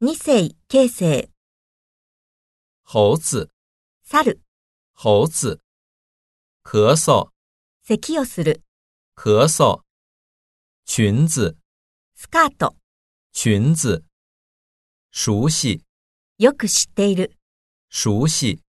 二世、形成、猴子，猿、猴子。咳嗽，咳をする、咳嗽。裙子，スカート、裙子。熟悉，よく知っている。熟悉。